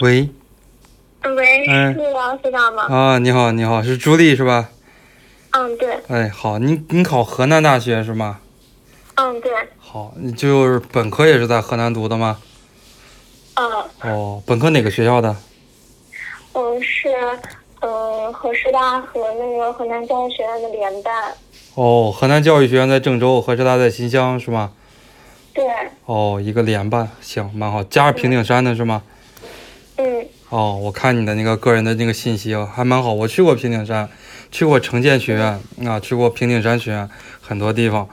喂，喂，哎是王司长吗？啊，你好，你好，是朱莉是吧？嗯，对，哎，好，你你考河南大学是吗？嗯，对，好，你就是本科也是在河南读的吗？嗯，哦，本科哪个学校的？我是嗯和师大和那个河南教育学院的联办。哦，河南教育学院在郑州，河师大在新乡是吗？对，哦，一个联办，行，蛮好。家是平顶山的是吗？嗯哦，我看你的那个个人的那个信息哦，还蛮好。我去过平顶山，去过城建学院啊，去过平顶山学院，很多地方。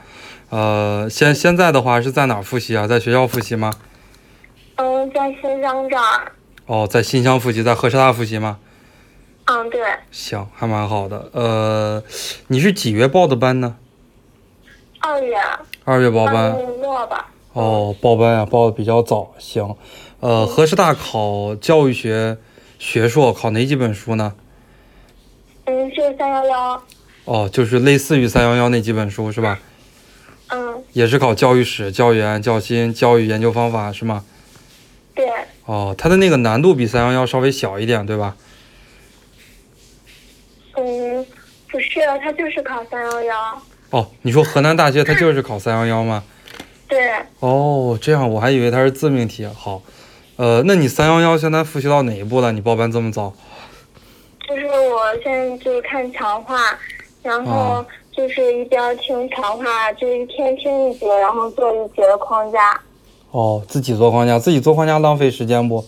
呃，现现在的话是在哪儿复习啊？在学校复习吗？嗯，在新疆这儿。哦，在新乡复习，在河师大复习吗？嗯，对，行，还蛮好的。呃，你是几月报的班呢？二月二月报班。二月末吧。哦，报班啊，报的比较早。行，呃，河师大考教育学学硕考哪几本书呢？嗯，是三幺幺。哦，就是类似于三幺幺那几本书是吧？嗯，也是考教育史、教研、教新、教育研究方法是吗？对，哦，它的那个难度比三幺幺稍微小一点，对吧？嗯，不是，他就是考三幺幺。哦，你说河南大学它就是考三幺幺吗？对，哦，这样我还以为它是自命题。好，呃，那你三幺幺现在复习到哪一步了？你报班这么早？就是我现在就是看强化，然后啊就是一边听强化，就是一天听一节，然后做一节的框架。哦，自己做框架，自己做框架浪费时间不？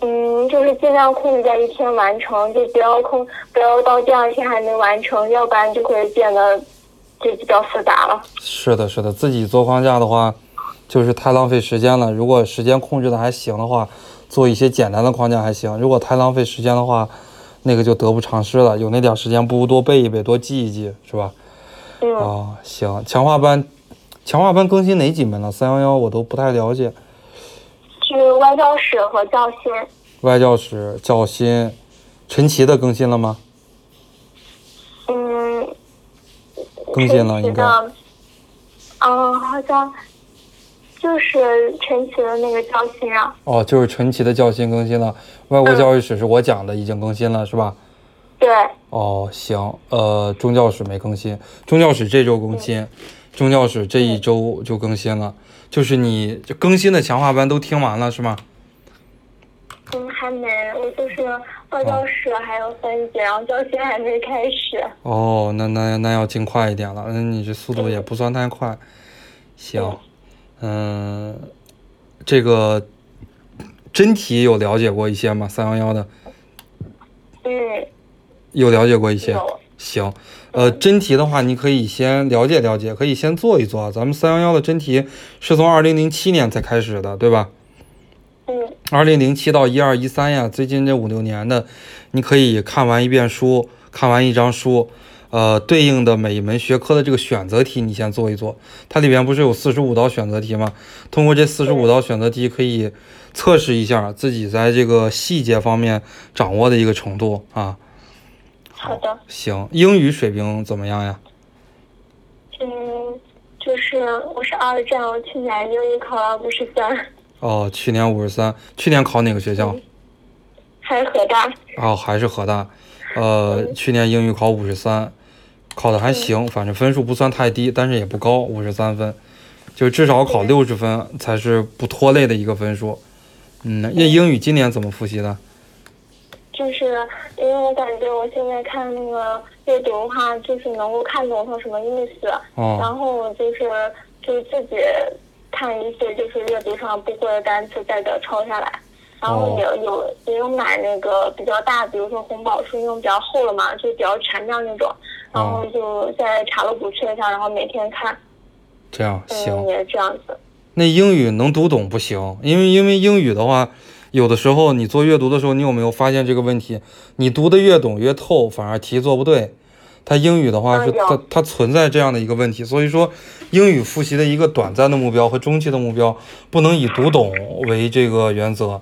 嗯，就是尽量控制在一天完成，就不要空，不要到第二天还没完成，要不然就会变得就比较复杂了。是的，是的，自己做框架的话，就是太浪费时间了。如果时间控制的还行的话，做一些简单的框架还行；如果太浪费时间的话，那个就得不偿失了。有那点时间，不如多背一背，多记一记，是吧？嗯，啊，行。强化班，强化班更新哪几门了？三幺幺我都不太了解。就是外教史和教心，外教史、教新、陈奇的更新了吗？嗯，更新了，陈应奇该。的，嗯，好像就是陈奇的那个教心啊，哦，就是陈奇的教新更新了，外国嗯教育史是我讲的，已经更新了，是吧？对，哦，行，呃，中教史没更新，中教史这周更新，中教史这一周就更新了。就是你就更新的强化班都听完了是吗？嗯，还没，我就是外教史还有分解，然后教心还没开始。哦，那那那要尽快一点了，那你这速度也不算太快。行，嗯、这个真题有了解过一些吗？三幺幺的嗯，有了解过一些。有，行，呃，真题的话，你可以先了解了解，可以先做一做啊。咱们三幺幺的真题是从二零零七年才开始的，对吧？嗯二零零七到一二一三呀，最近这五六年的，你可以看完一遍书，看完一张书，呃，对应的每一门学科的这个选择题，你先做一做。它里边不是有四十五道选择题吗？通过这四十五道选择题，可以测试一下自己在这个细节方面掌握的一个程度啊。好的，行，英语水平怎么样呀？嗯，就是我是二战，我去年英语考了五十三，哦，去年五十三，去年考哪个学校？还是河大。哦，还是河大。呃，去年英语考五十三，考的还行，反正分数不算太低，但是也不高，五十三分，就至少考六十分才是不拖累的一个分数。嗯，那英语今年怎么复习的？就是因为我感觉我现在看那个阅读的话，就是能够看懂它什么意思，然哦，后我就是就是自己看一些就是阅读上不会的单词，再给它抄下来。然哦后也有也有买那个比较大，比如说红宝书那种比较厚了嘛，就比较全面那种。哦然后就在查漏补缺一下，然后每天看，这样嗯，行。也这样子。那英语能读懂不行，因为因为英语的话，有的时候你做阅读的时候，你有没有发现这个问题？你读的越懂越透，反而题做不对。它英语的话嗯是有它它存在这样的一个问题，所以说英语复习的一个短暂的目标和中期的目标，不能以读懂为这个原则。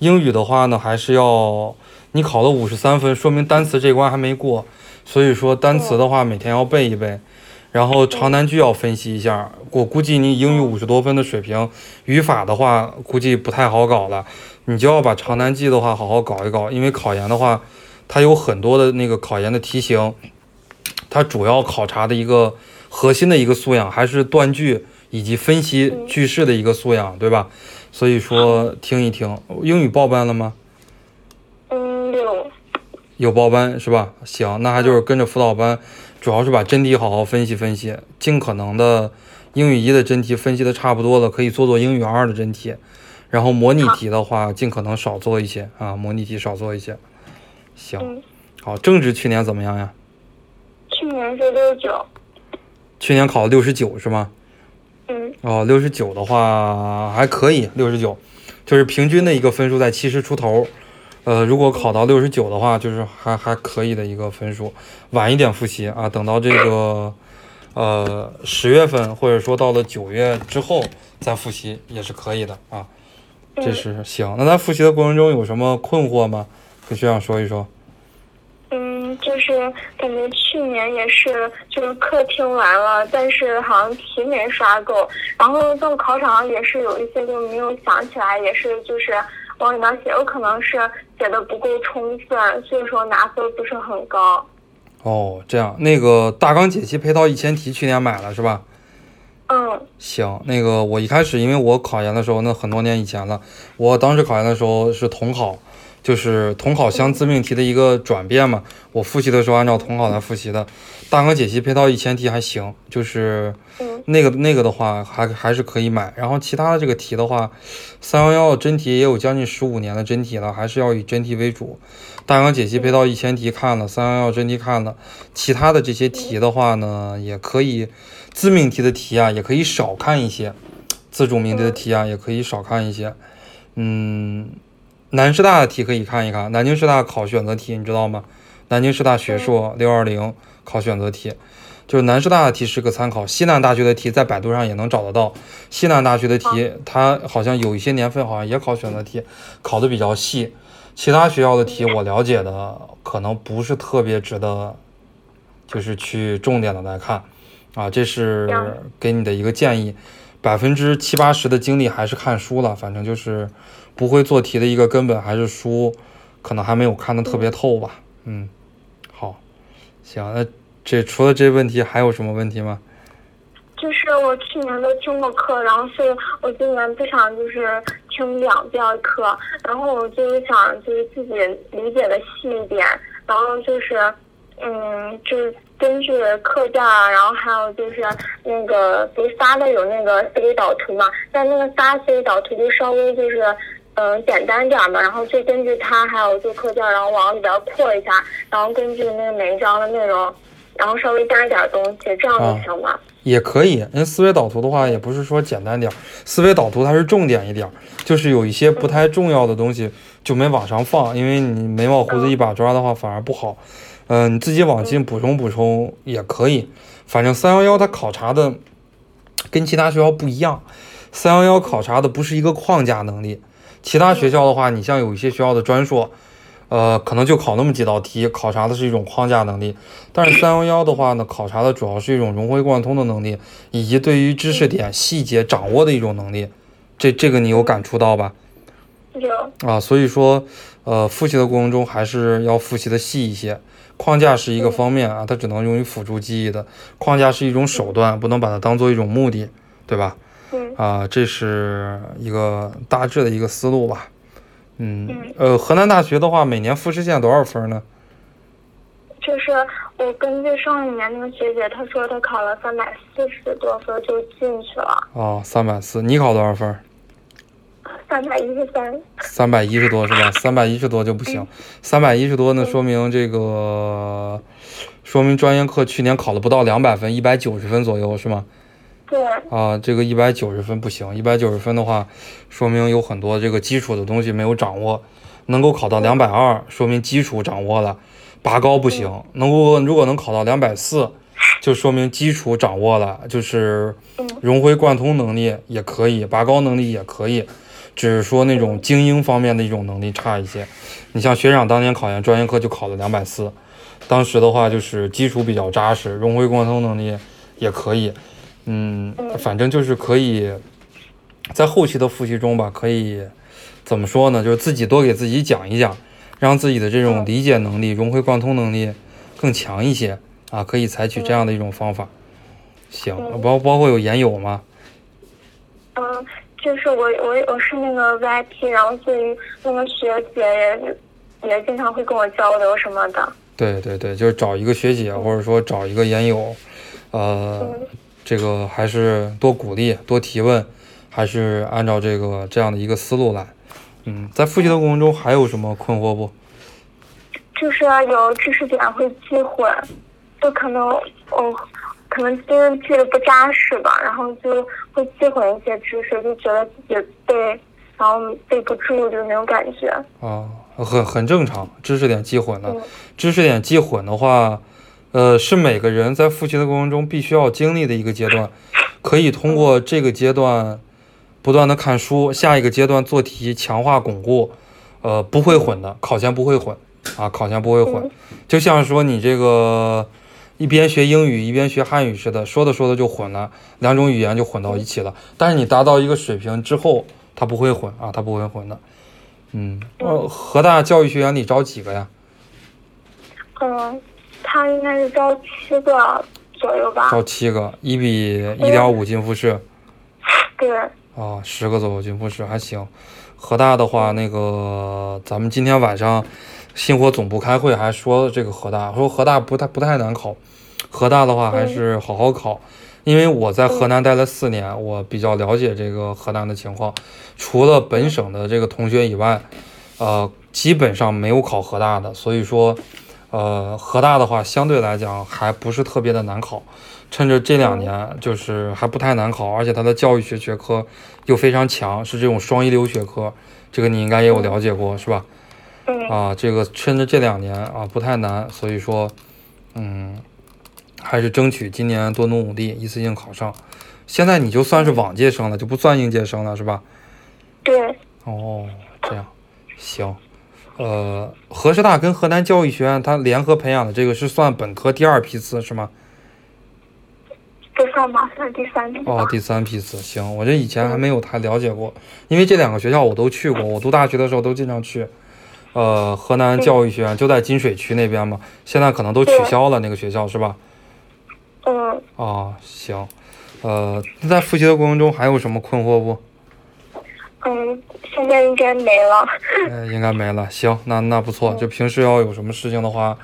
英语的话呢，还是要你考了五十三分，说明单词这关还没过，所以说单词的话每天要背一背。然后长难句要分析一下。我估计你英语五十多分的水平，语法的话估计不太好搞了。你就要把长难句的话好好搞一搞，因为考研的话，它有很多的那个考研的题型，它主要考察的一个核心的一个素养还是断句以及分析句式的一个素养，对吧？所以说听一听。英语报班了吗？嗯，有。有报班是吧？行，那还就是跟着辅导班，主要是把真题好好分析分析，尽可能的英语一的真题分析的差不多了，可以做做英语二的真题，然后模拟题的话，尽可能少做一些啊，模拟题少做一些。行，嗯好，政治去年怎么样呀？去年是六十九。去年考了六十九是吗？嗯哦，六十九的话还可以，六十九就是平均的一个分数在七十出头。呃，如果考到六十九的话，就是还还可以的一个分数。晚一点复习啊，等到这个呃十月份，或者说到了九月之后再复习也是可以的啊。这是行。那在复习的过程中有什么困惑吗？跟学长说一说。嗯，就是感觉去年也是，就是课听完了，但是好像题没刷够，然后到考场也是有一些就没有想起来，也是就是往里面写，有可能是写的不够充分，所以说拿分不是很高。哦，这样那个大纲解析配套一千题去年买了是吧？嗯行，那个我一开始因为我考研的时候，那很多年以前了，我当时考研的时候是统考，就是统考相自命题的一个转变嘛。我复习的时候按照统考来复习的，大纲解析配套一千题还行，就是嗯那个那个的话还还是可以买。然后其他的这个题的话，三幺幺的真题也有将近十五年的真题了，还是要以真题为主。大纲解析配套一千题看了，三幺幺真题看了，其他的这些题的话呢，也可以自命题的题啊，也可以少看一些；自主命题的题啊，也可以少看一些。嗯，南师大的题可以看一看，南京师大考选择题，你知道吗？南京师大学硕六二零考选择题，就是南师大的题是个参考，西南大学的题在百度上也能找得到。西南大学的题，它好像有一些年份好像也考选择题，考的比较细。其他学校的题我了解的可能不是特别值得，就是去重点的来看，啊，这是了解给你的一个建议。百分之七八十的精力还是看书了，反正就是不会做题的一个根本还是书，可能还没有看得特别透吧。嗯，好，行，那这除了这问题还有什么问题吗？就是我去年都听过课，然后所以我今年不想就是听两遍课，然后我就是想就是自己理解的细一点，然后就是嗯，就是根据课件啊，然后还有就是那个不是发的有那个思维导图嘛，但那个发思维导图就稍微就是。嗯，简单点儿嘛，然后就根据它，还有就课件，然后往里边扩一下，然后根据那个每一章的内容，然后稍微加一点儿东西，这样啊就行吗？也可以，因为思维导图的话，也不是说简单点儿，思维导图它是重点一点儿，就是有一些不太重要的东西就没往上放，因为你眉毛胡子一把抓的话反而不好。嗯、你自己往进补充补充也可以，反正三幺幺它考察的跟其他学校不一样，三幺幺考察的不是一个框架能力，其他学校的话，你像有一些学校的专硕，呃，可能就考那么几道题，考察的是一种框架能力。但是三幺幺的话呢，考察的主要是一种融会贯通的能力，以及对于知识点细节掌握的一种能力。这这个你有感触到吧？有，啊，所以说，呃，复习的过程中还是要复习的细一些。框架是一个方面啊，它只能用于辅助记忆的。框架是一种手段，不能把它当做一种目的，对吧？嗯啊，这是一个大致的一个思路吧。嗯嗯，呃，河南大学的话，每年复试线多少分呢？就是我根据上一年那个学姐，她说她考了三百四十多分就进去了，哦，三百四，你考多少分？三百一十三。三百一十多是吧？三百一十多就不行，三百一十多呢，说明这个，说明专业课去年考了不到两百分，一百九十分左右是吗？对，啊，这个一百九十分不行，一百九十分的话，说明有很多这个基础的东西没有掌握，能够考到两百二，说明基础掌握了，拔高不行，能够如果能考到两百四，就说明基础掌握了，就是嗯融会贯通能力也可以，拔高能力也可以，只是说那种精英方面的一种能力差一些。你像学长当年考研专业课就考了两百四，当时的话就是基础比较扎实，融会贯通能力也可以，嗯，反正就是可以在后期的复习中吧，可以怎么说呢？就是自己多给自己讲一讲，让自己的这种理解能力、融会贯通能力更强一些啊，可以采取这样的一种方法。行，包包括有研友吗？嗯，就是我我我是那个 VIP，然后对于那个学姐也也经常会跟我交流什么的。对对对，就是找一个学姐，或者说找一个研友，呃，这个还是多鼓励、多提问，还是按照这个这样的一个思路来。嗯，在复习的过程中还有什么困惑不？就是啊有知识点会记混，就可能嗯，可能就是记得不扎实吧，然后就会记混一些知识，就觉得自己背，然后背不住，就是那种感觉。啊，很很正常，知识点记混了嗯。知识点记混的话，呃，是每个人在复习的过程中必须要经历的一个阶段。可以通过这个阶段不断的看书，下一个阶段做题，强化巩固。呃，不会混的，考前不会混啊，考前不会混嗯。就像说你这个一边学英语一边学汉语似的，说着说着就混了，两种语言就混到一起了。但是你达到一个水平之后，它不会混啊，它不会混的。嗯，呃，河大教育学院里招几个呀？嗯，他应该是招七个左右吧？招七个，一比一点五进复式对，啊，十个左右进复式还行。河大的话，那个咱们今天晚上信活总部开会还说这个河大，说河大不太不太难考，河大的话还是好好考。因为我在河南待了四年，我比较了解这个河南的情况。除了本省的这个同学以外，呃，基本上没有考河大的，所以说，呃，河大的话相对来讲还不是特别的难考。趁着这两年就是还不太难考，而且它的教育学学科又非常强，是这种双一流学科，这个你应该也有了解过，是吧？嗯啊，这个趁着这两年啊不太难，所以说，嗯，还是争取今年多努努力，一次性考上。现在你就算是往届生了，就不算应届生了，是吧？对，哦，这样，行，呃，河师大跟河南教育学院它联合培养的这个是算本科第二批次是吗？不算吧，算第三名吧。哦，第三批次，行，我这以前还没有太了解过，因为这两个学校我都去过，我读大学的时候都经常去。呃，河南教育学院就在金水区那边嘛，现在可能都取对消了那个学校是吧？嗯，哦，行，呃，那在复习的过程中还有什么困惑不？嗯，现在应该没了。呃，应该没了。行，那那不错。就平时要有什么事情的话，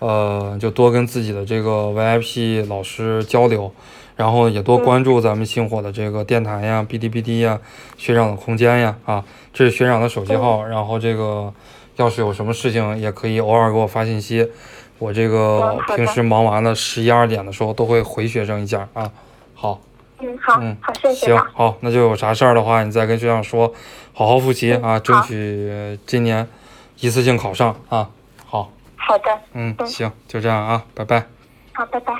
呃，就多跟自己的这个 VIP 老师交流，然后也多关注咱们星火的这个电台呀、哔哩哔哩呀、学长的空间呀啊，这是学长的手机号。然后这个要是有什么事情，也可以偶尔给我发信息。我这个嗯好的平时忙完了十一二点的时候都会回学生一下啊。好。嗯，好，嗯好，谢谢行啊。，好，那就有啥事儿的话，你再跟学长说，好好复习嗯啊，好争取今年一次性考上啊。好，好的，嗯，嗯行，就这样啊，拜拜。好，拜拜。